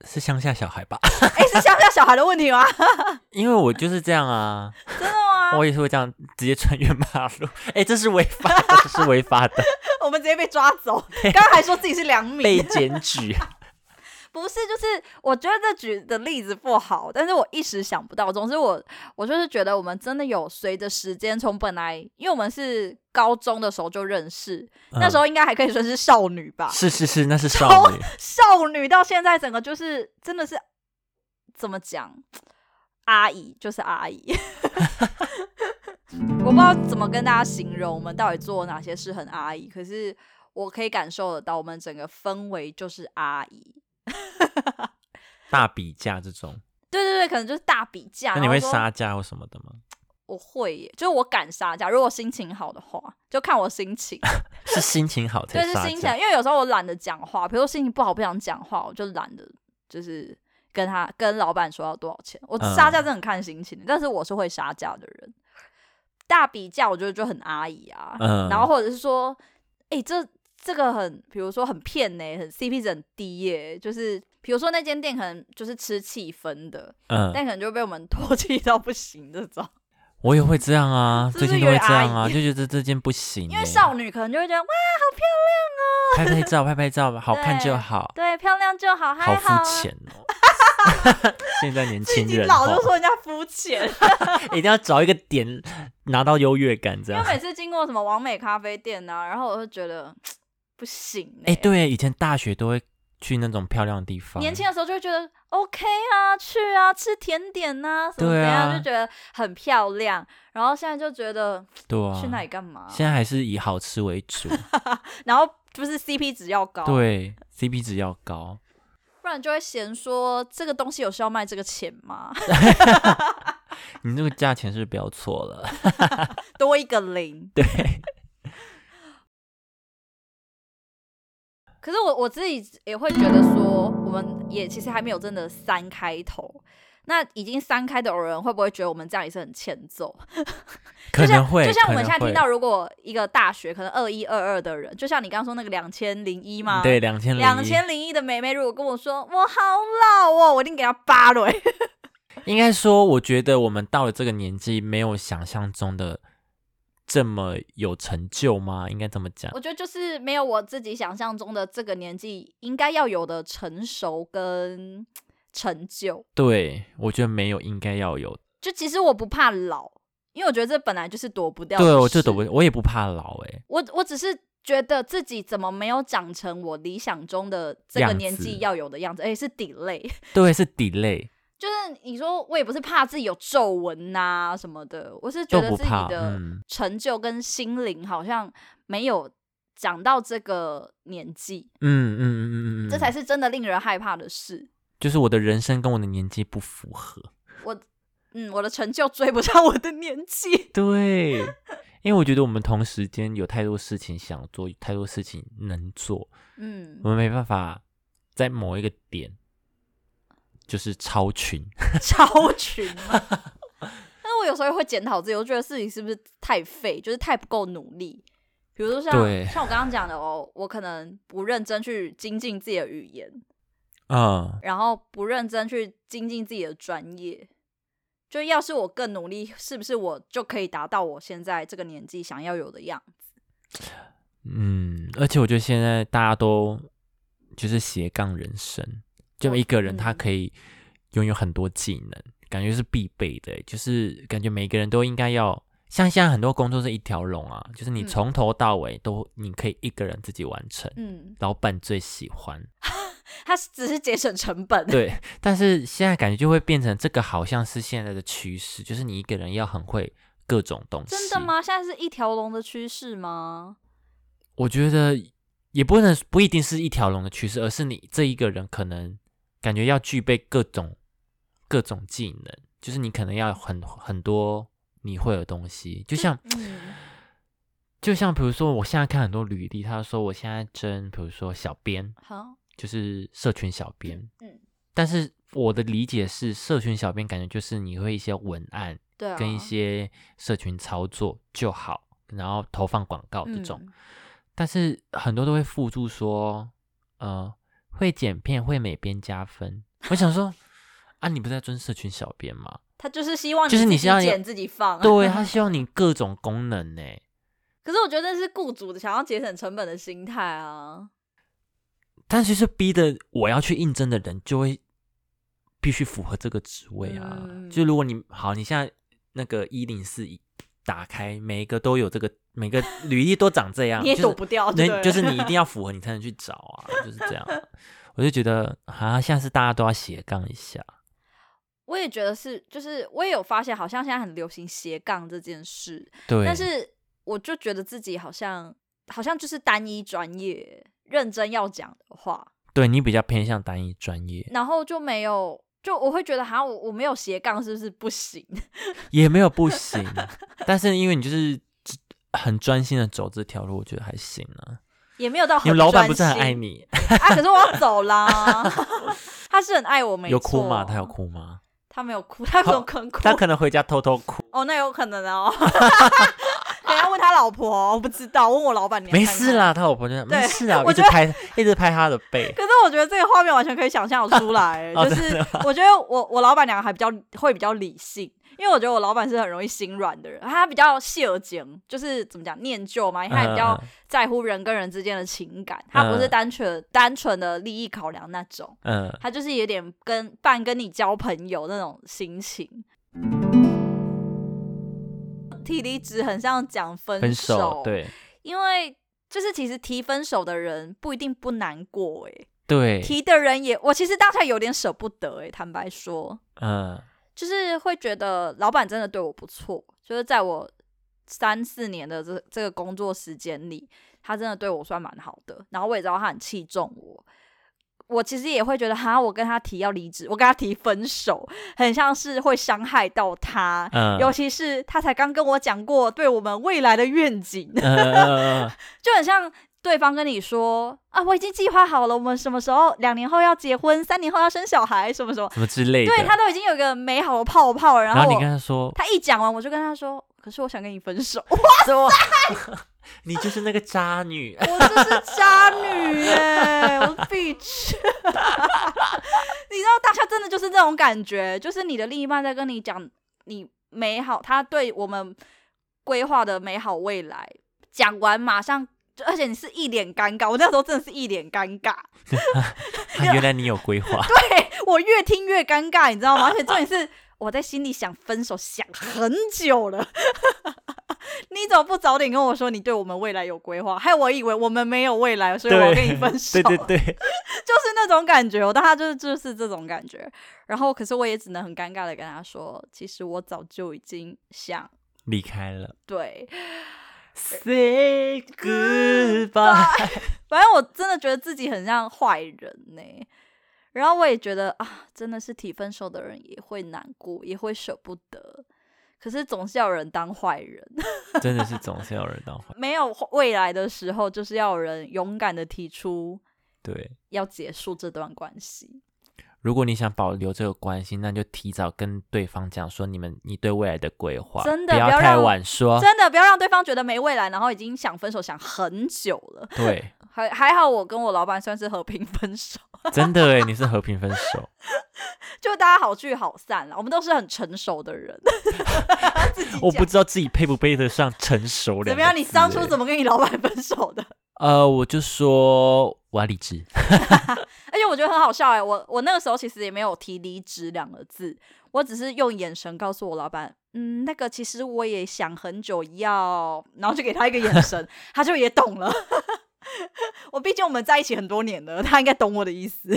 Speaker 1: 是乡下小孩吧，
Speaker 2: 哎、是乡下小孩的问题吗？
Speaker 1: 因为我就是这样啊，
Speaker 2: 真的吗？
Speaker 1: 我也是会这样直接穿越马路，哎、这是违法的，这是违法的，
Speaker 2: 我们直接被抓 走，刚刚还说自己是良民
Speaker 1: 被，检举。
Speaker 2: 不是，就是我觉得这举的例子不好，但是我一时想不到。总之我，我就是觉得我们真的有随着时间，从本来因为我们是高中的时候就认识， 那时
Speaker 1: 候、
Speaker 2: 候应该还可以说是少女吧，
Speaker 1: 嗯是是是，那是少女，
Speaker 2: 少女到现在整个就是真的是怎么讲，阿姨就是阿姨。 我不知道怎么跟大家形容我们到底做哪些事很阿姨，可是我可以感受得到，我们整个氛围就是阿姨。
Speaker 1: 大比价这种。
Speaker 2: 对对对，可能就是大比价。
Speaker 1: 那你
Speaker 2: 然后
Speaker 1: 会
Speaker 2: 说
Speaker 1: 杀价或什么的吗？
Speaker 2: 我会耶，就是我敢杀价，如果心情好的话，就看我 心情。
Speaker 1: 是心情好
Speaker 2: 对，
Speaker 1: 才
Speaker 2: 是
Speaker 1: 杀
Speaker 2: 心情好，
Speaker 1: 价。
Speaker 2: 因为有时候我懒得讲话，比如说心情不好不想讲话，我就懒得就是跟他跟老板说要多少钱。我
Speaker 1: 嗯
Speaker 2: 杀价真的很看心情，但是我是会杀价的人。大比价我觉得就很阿姨啊，
Speaker 1: 嗯，
Speaker 2: 然后或者是说，哎、这这个很，比如说很骗呢、很 CP 值很低耶、就是比如说那间店可能就是吃气氛的，
Speaker 1: 嗯，哦
Speaker 2: 但可能就被我们唾弃到不行这种。
Speaker 1: 我也会这样啊，
Speaker 2: 是不
Speaker 1: 最
Speaker 2: 是
Speaker 1: 近都会这样
Speaker 2: 有点阿
Speaker 1: 啊，
Speaker 2: 姨
Speaker 1: 就觉得这件不行欸、
Speaker 2: 因为少女可能就会觉得哇，
Speaker 1: 拍拍照，拍拍照吧，好看就
Speaker 2: 对
Speaker 1: 好，
Speaker 2: 对，漂亮就好，
Speaker 1: 好
Speaker 2: 还
Speaker 1: 肤
Speaker 2: 好。啊
Speaker 1: 浅哦。 现在年
Speaker 2: 自
Speaker 1: 轻
Speaker 2: 己
Speaker 1: 人
Speaker 2: 老就
Speaker 1: 哦，
Speaker 2: 说人家肤 浅，
Speaker 1: 一定要找一个点拿到优越感，这
Speaker 2: 因
Speaker 1: 样
Speaker 2: 为。每次经过什么完美咖啡店啊，然后我就觉得不行、欸。
Speaker 1: 哎、，对，以前大学都会去那种漂亮的地方，
Speaker 2: 年轻的时候就会觉得 OK 啊，去啊，吃甜点呐、什么怎
Speaker 1: 对啊
Speaker 2: 样，就觉得很漂亮。然后现在就觉得
Speaker 1: 对啊，
Speaker 2: 去那里干嘛？
Speaker 1: 现在还是以好吃为 主，
Speaker 2: 然后就是 CP 值要高，
Speaker 1: 对，CP 值要高。
Speaker 2: 不然就会嫌说这个东西有需要卖这个钱吗？
Speaker 1: 你这个价钱是不是标错了，
Speaker 2: 多一个零。
Speaker 1: 对。
Speaker 2: 可是我我自己也会觉得说，我们也其实还没有真的三开头。那已经三开头的人会不会觉得我们这样也是很欠揍？
Speaker 1: 可能会，
Speaker 2: 就像我们
Speaker 1: 可能
Speaker 2: 现在听
Speaker 1: 会
Speaker 2: 到，如果一个大学可能二一二二的人，就像你刚刚说那个两千零一嘛，
Speaker 1: 对，两千
Speaker 2: 两千零一的妹妹，如果跟我说我好老哦，我一定给她扒了、欸。
Speaker 1: 应该说，我觉得我们到了这个年纪，没有想象中的这么有成就吗？应该这么讲。
Speaker 2: 我觉得就是没有我自己想象中的这个年纪应该要有的成熟跟成就。
Speaker 1: 对，我觉得没有，应该要有。
Speaker 2: 就其实我不怕老，因为我觉得这本来就是躲不掉的事。
Speaker 1: 对，我就懂，我也不怕老、欸，
Speaker 2: 我我只是觉得自己怎么没有长成我理想中的这
Speaker 1: 样
Speaker 2: 个
Speaker 1: 子
Speaker 2: 年纪要有的样子，而且是 delay。
Speaker 1: 哎，对，是 delay，
Speaker 2: 就是你说我也不是怕自己有皱纹呐什么的，我是觉
Speaker 1: 都
Speaker 2: 得
Speaker 1: 不
Speaker 2: 自己
Speaker 1: 怕，
Speaker 2: 的
Speaker 1: 嗯，
Speaker 2: 成就跟心灵好像没有长到这个年纪，
Speaker 1: 嗯嗯嗯嗯嗯，
Speaker 2: 这才
Speaker 1: 是
Speaker 2: 是真的令人害怕的事。
Speaker 1: 就是我的人生跟我的年纪不符合。
Speaker 2: 嗯，我的成就追不上我的年纪。
Speaker 1: 对， 因为我觉得我们同时间有太多事情想做，有太多事情能做，
Speaker 2: 嗯，
Speaker 1: 我们没办法在某一个点就是超群。
Speaker 2: 超群嘛。 但是我有时候会检讨自己，我觉得自己是不是太废，就是太不够努力。比如说像
Speaker 1: 对
Speaker 2: 像我刚刚讲的哦，我可能不认真去精进自己的语言，
Speaker 1: 嗯，
Speaker 2: 然后不认真去精进自己的专业。就要是我更努力，是不是我就可以达到我现在这个年纪想要有的样子？
Speaker 1: 嗯，而且我觉得现在大家都就是斜杠人生，就
Speaker 2: 我
Speaker 1: 一个人他
Speaker 2: 嗯
Speaker 1: 可以拥有很多技能，感觉是必备的欸，就是感觉每个人都应该要。像现在很多工作是一条龙啊，就是你
Speaker 2: 嗯
Speaker 1: 从头到尾都你可以一个人自己完成，
Speaker 2: 嗯，
Speaker 1: 老板最喜 欢。
Speaker 2: 它只是节省成本。
Speaker 1: 对，但是现在感觉就会变成这个好像是现在的趋势，就是你一个人要很会各种东西。
Speaker 2: 真的？吗？现在是一条龙的趋势吗？
Speaker 1: 我觉得也不能不一定是一条龙的趋势，而是你这一个人可能感觉要具备各种各种技能，就是你可能要很很多你会的东西，就像。
Speaker 2: 嗯
Speaker 1: 就像比如说，我现在看很多履历，他说我现在争，比如说小编，
Speaker 2: 好，
Speaker 1: 就是社群小编，
Speaker 2: 嗯，
Speaker 1: 但是我的理解是，社群小编感觉就是你会一些文案，
Speaker 2: 对啊，
Speaker 1: 跟一些社群操作就好，然后投放广告哦这种。
Speaker 2: 嗯
Speaker 1: 但是很多都会附注说，呃，会剪片会美编加分。我想说，啊，你不是在尊社群小编吗？
Speaker 2: 他就是希望你
Speaker 1: 就是你
Speaker 2: 自己
Speaker 1: 希望有
Speaker 2: 剪自己放、啊。
Speaker 1: 对他希望你各种功能呢。
Speaker 2: 可是我觉得那是雇主的想要节省成本的心态啊。
Speaker 1: 但其实逼的我要去应征的人就会必须符合这个职位啊。
Speaker 2: 嗯
Speaker 1: 就如果你好，你现在那个一零四打开，每一个都有这个，每个履历都长这样，
Speaker 2: 你也
Speaker 1: 啊就是
Speaker 2: 躲不掉对
Speaker 1: 那
Speaker 2: 了
Speaker 1: 就是你一定要符合，你才能去找啊，就是这样。 我就觉得啊，现在是大家都要斜杠一下，
Speaker 2: 我也觉得是，就是我也有发现，好像现在很流行斜杠这件事，
Speaker 1: 对，
Speaker 2: 但是我就觉得自己好像好像就是单一专业，认真要讲的话，
Speaker 1: 对你比较偏向单一专业，
Speaker 2: 然后就没有。就我会觉得，好像我我没有斜杠是不是不行？
Speaker 1: 也没有不行，但是因为你就是只很专心的走这条路，我觉得还行啊。
Speaker 2: 也没有到
Speaker 1: 你
Speaker 2: 很
Speaker 1: 们老板不
Speaker 2: 专
Speaker 1: 是很
Speaker 2: 心
Speaker 1: 爱你？
Speaker 2: 啊？可是我要走 啦， 他是很爱我，没
Speaker 1: 有哭吗？
Speaker 2: 错
Speaker 1: 他有哭吗？
Speaker 2: 他没有哭，他怎么可能哭？
Speaker 1: 他可能回家偷偷哭。
Speaker 2: 哦，那有可能哦。 等一下问他老婆哦，我不知道，问我老板娘。
Speaker 1: 没事。啦，他老婆就讲
Speaker 2: 对
Speaker 1: 没事啦，
Speaker 2: 我
Speaker 1: 一直
Speaker 2: 觉得
Speaker 1: 拍，一直拍他的背。
Speaker 2: 可是我觉得这个画面完全可以想象得出 来，
Speaker 1: 哦
Speaker 2: 就是我觉得我我老板娘还比较会比较理性，因为我觉得我老板是很容易心软的人，她比较细而精，就是怎么讲念旧嘛，因为她也比较在乎人跟人之间的情感，她不是
Speaker 1: 嗯
Speaker 2: 单纯单纯的利益考量那种，
Speaker 1: 嗯，嗯
Speaker 2: 她就是有点跟半跟你交朋友那种心情。提离职很像讲
Speaker 1: 嗯分手，对
Speaker 2: 因为就是其实提分手的人不一定不难过诶、
Speaker 1: 对，
Speaker 2: 提的人也，我其实当下有点舍不得诶、坦白说，
Speaker 1: 嗯
Speaker 2: 就是会觉得老板真的对我不错，就是在我三四年的这这个工作时间里，他真的对我算蛮好的，然后我也知道他很器重我。我其实也会觉得，哈，我跟他提要离职，我跟他提分手，很像是会伤害到他，
Speaker 1: 嗯，
Speaker 2: 尤其是他才刚跟我讲过对我们未来的愿景，
Speaker 1: 嗯嗯嗯嗯
Speaker 2: 就很像对方跟你说啊，我已经计划好了，我们什么时候两年后要结婚，三年后要生小孩，什么什么，
Speaker 1: 什么之类的。
Speaker 2: 对他都已经有一个美好的泡泡了，然
Speaker 1: 然后
Speaker 2: 后
Speaker 1: 你
Speaker 2: 我
Speaker 1: 跟他说，
Speaker 2: 他一讲完，我就跟他说，可是我想跟你分手，
Speaker 1: 哇， 你就是那个渣女。
Speaker 2: 我这是渣女哎、我 bitch。你知道当下真的就是这种感觉，就是你的另一半在跟你讲你美好，他对我们规划的美好未来，讲完马上。就而且你是一脸尴尬，我那时候真的是一脸尴尬，
Speaker 1: 啊原来你有规划，
Speaker 2: 我越听越尴尬，你知道吗？而且重点是我在心里想分手想很久了， 你怎么不早点跟我说你对我们未来有规划？害我以为我们没有未来，所以我要跟你分手。
Speaker 1: 对对对，
Speaker 2: 就是那种感觉，我哦当他就是就是这种感觉。然后，可是我也只能很尴尬的跟他说，其实我早就已经想
Speaker 1: 离开了。
Speaker 2: 对，
Speaker 1: Say goodbye。
Speaker 2: 反正我真的觉得自己很像坏人呢、然后我也觉得啊，真的是提分手的人也会难过，也会舍不得。可是总是要有人当坏人，
Speaker 1: 真的是总是有人当坏。
Speaker 2: 没有未来的时候，就是要有人勇敢的提出
Speaker 1: 对，
Speaker 2: 要结束这段关系。
Speaker 1: 如果你想保留这个关系，那你就提早跟对方讲说你们你对未来的规划，
Speaker 2: 真的
Speaker 1: 不要
Speaker 2: 不要
Speaker 1: 太
Speaker 2: 让
Speaker 1: 晚说。
Speaker 2: 真的不要让对方觉得没未来，然后已经想分手想很久了。
Speaker 1: 对，
Speaker 2: 还还好，我跟我老板算是和平分手，
Speaker 1: 真的哎，你是和平分手，
Speaker 2: 就大家好聚好散了。我们都是很成熟的人。 自己讲
Speaker 1: 我不知道自己配不配得上成熟
Speaker 2: 怎
Speaker 1: 两
Speaker 2: 么
Speaker 1: 个
Speaker 2: 样？你
Speaker 1: 字
Speaker 2: 当初
Speaker 1: 欸
Speaker 2: 怎么跟你老板分手的？
Speaker 1: 呃，我就说我要离职，
Speaker 2: 而且我觉得很好笑哎、我我那个时候其实也没有提离职两个字，我只是用眼神告诉我老板，嗯，那个其实我也想很久要，然后就给他一个眼神， 他就也懂了。 我毕竟我们在一起很多年了，他应该懂我的意思。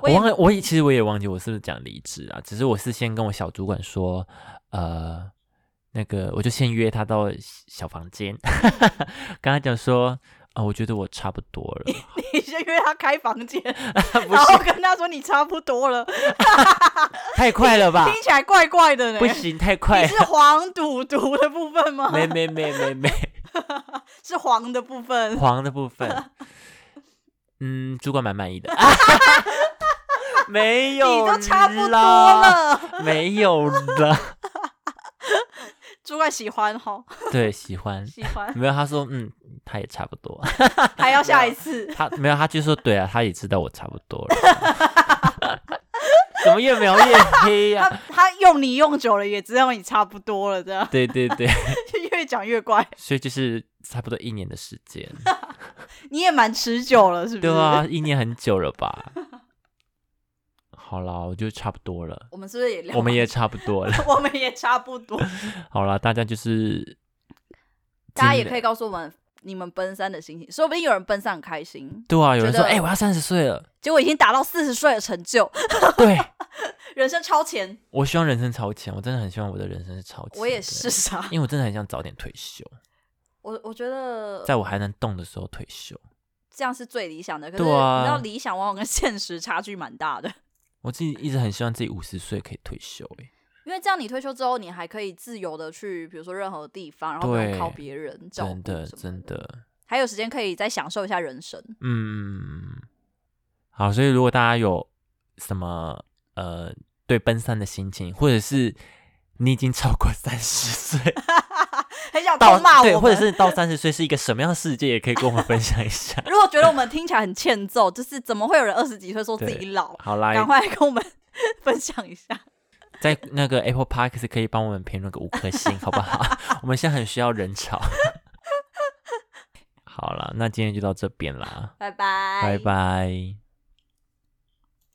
Speaker 2: 我
Speaker 1: 我
Speaker 2: 也
Speaker 1: 忘了，我也其实我也忘记我是不是讲离职啊，只是我是先跟我小主管说，呃，那个我就先约他到小房间， 跟他讲说，啊、我觉得我差不多了，
Speaker 2: 你先约他开房间，
Speaker 1: 不
Speaker 2: 然后
Speaker 1: 是啊
Speaker 2: 跟他说你差不多了，
Speaker 1: 太快了吧，
Speaker 2: 听起来怪怪的呢。
Speaker 1: 不行，太快
Speaker 2: 你，是黄赌毒的部分吗？
Speaker 1: 没没没没没，
Speaker 2: 是黄的部分。
Speaker 1: 黄的部分，嗯，主管蛮满意的， 没有，
Speaker 2: 你都差不多，了，
Speaker 1: 没有了，
Speaker 2: 主管喜欢哈，
Speaker 1: 对，喜欢。
Speaker 2: 喜 欢，
Speaker 1: 没有，他说，嗯，他也差不多。
Speaker 2: 还要下一次。
Speaker 1: 他没有，他就说对啊，他也知道我差不多了。 怎么越描越黑呀、
Speaker 2: 他他用你用久了，也知道你差不多了，这样
Speaker 1: 对对对，
Speaker 2: 就越讲越怪。
Speaker 1: 所以就是差不多一年的时间，
Speaker 2: 你也蛮持久了，是不是？
Speaker 1: 对啊，一年很久了吧？好啦，我就差不多了，
Speaker 2: 我们是不是也聊？
Speaker 1: 我们也差不多了。
Speaker 2: 我们也差不 多。
Speaker 1: 好啦，大家就是
Speaker 2: 大家也
Speaker 1: 尽
Speaker 2: 可以告诉我们你们奔三的心情，说不定有人奔三很开心，
Speaker 1: 对啊，有人说
Speaker 2: 觉得
Speaker 1: 哎、我要三十岁了，
Speaker 2: 结果已经达到四十岁的成就，
Speaker 1: 对
Speaker 2: 人生超前。
Speaker 1: 我希望人生超前，我真的很希望我的人生是超前，
Speaker 2: 我也是，傻
Speaker 1: 对，，因为我真的很想早点退休，
Speaker 2: 我我觉得
Speaker 1: 在我还能动的时候退休。
Speaker 2: 这样是最理想的。可是你
Speaker 1: 对啊
Speaker 2: 知道，理想往往跟现实差距蛮大的。
Speaker 1: 我自己一直很希望自己五十岁可以退休、欸，
Speaker 2: 因为这样你退休之后，你还可以自由的去，比如说任何地方，然后不用
Speaker 1: 对
Speaker 2: 靠别人照顾
Speaker 1: 真的
Speaker 2: 什么
Speaker 1: 真的，
Speaker 2: 还有时间可以再享受一下人生。
Speaker 1: 嗯，好，所以如果大家有什么呃对奔三的心情，或者是你已经超过三十 岁
Speaker 2: 很想
Speaker 1: 到
Speaker 2: 痛骂我
Speaker 1: 对，
Speaker 2: 们，。
Speaker 1: 或者是到三十岁是一个什么样的世界，也可以跟我们分享一下
Speaker 2: 如果觉得我们听起来很欠揍，就是怎么会有人二十几岁说自己老？
Speaker 1: 好
Speaker 2: 赶
Speaker 1: 啦，
Speaker 2: 快来跟我们 分享一下。
Speaker 1: 在那个 Apple Park 是可以帮我们评论个五颗星，好不 好？我们现在很需要人潮。 好了，那今天就到这边啦，
Speaker 2: 拜拜，
Speaker 1: 拜拜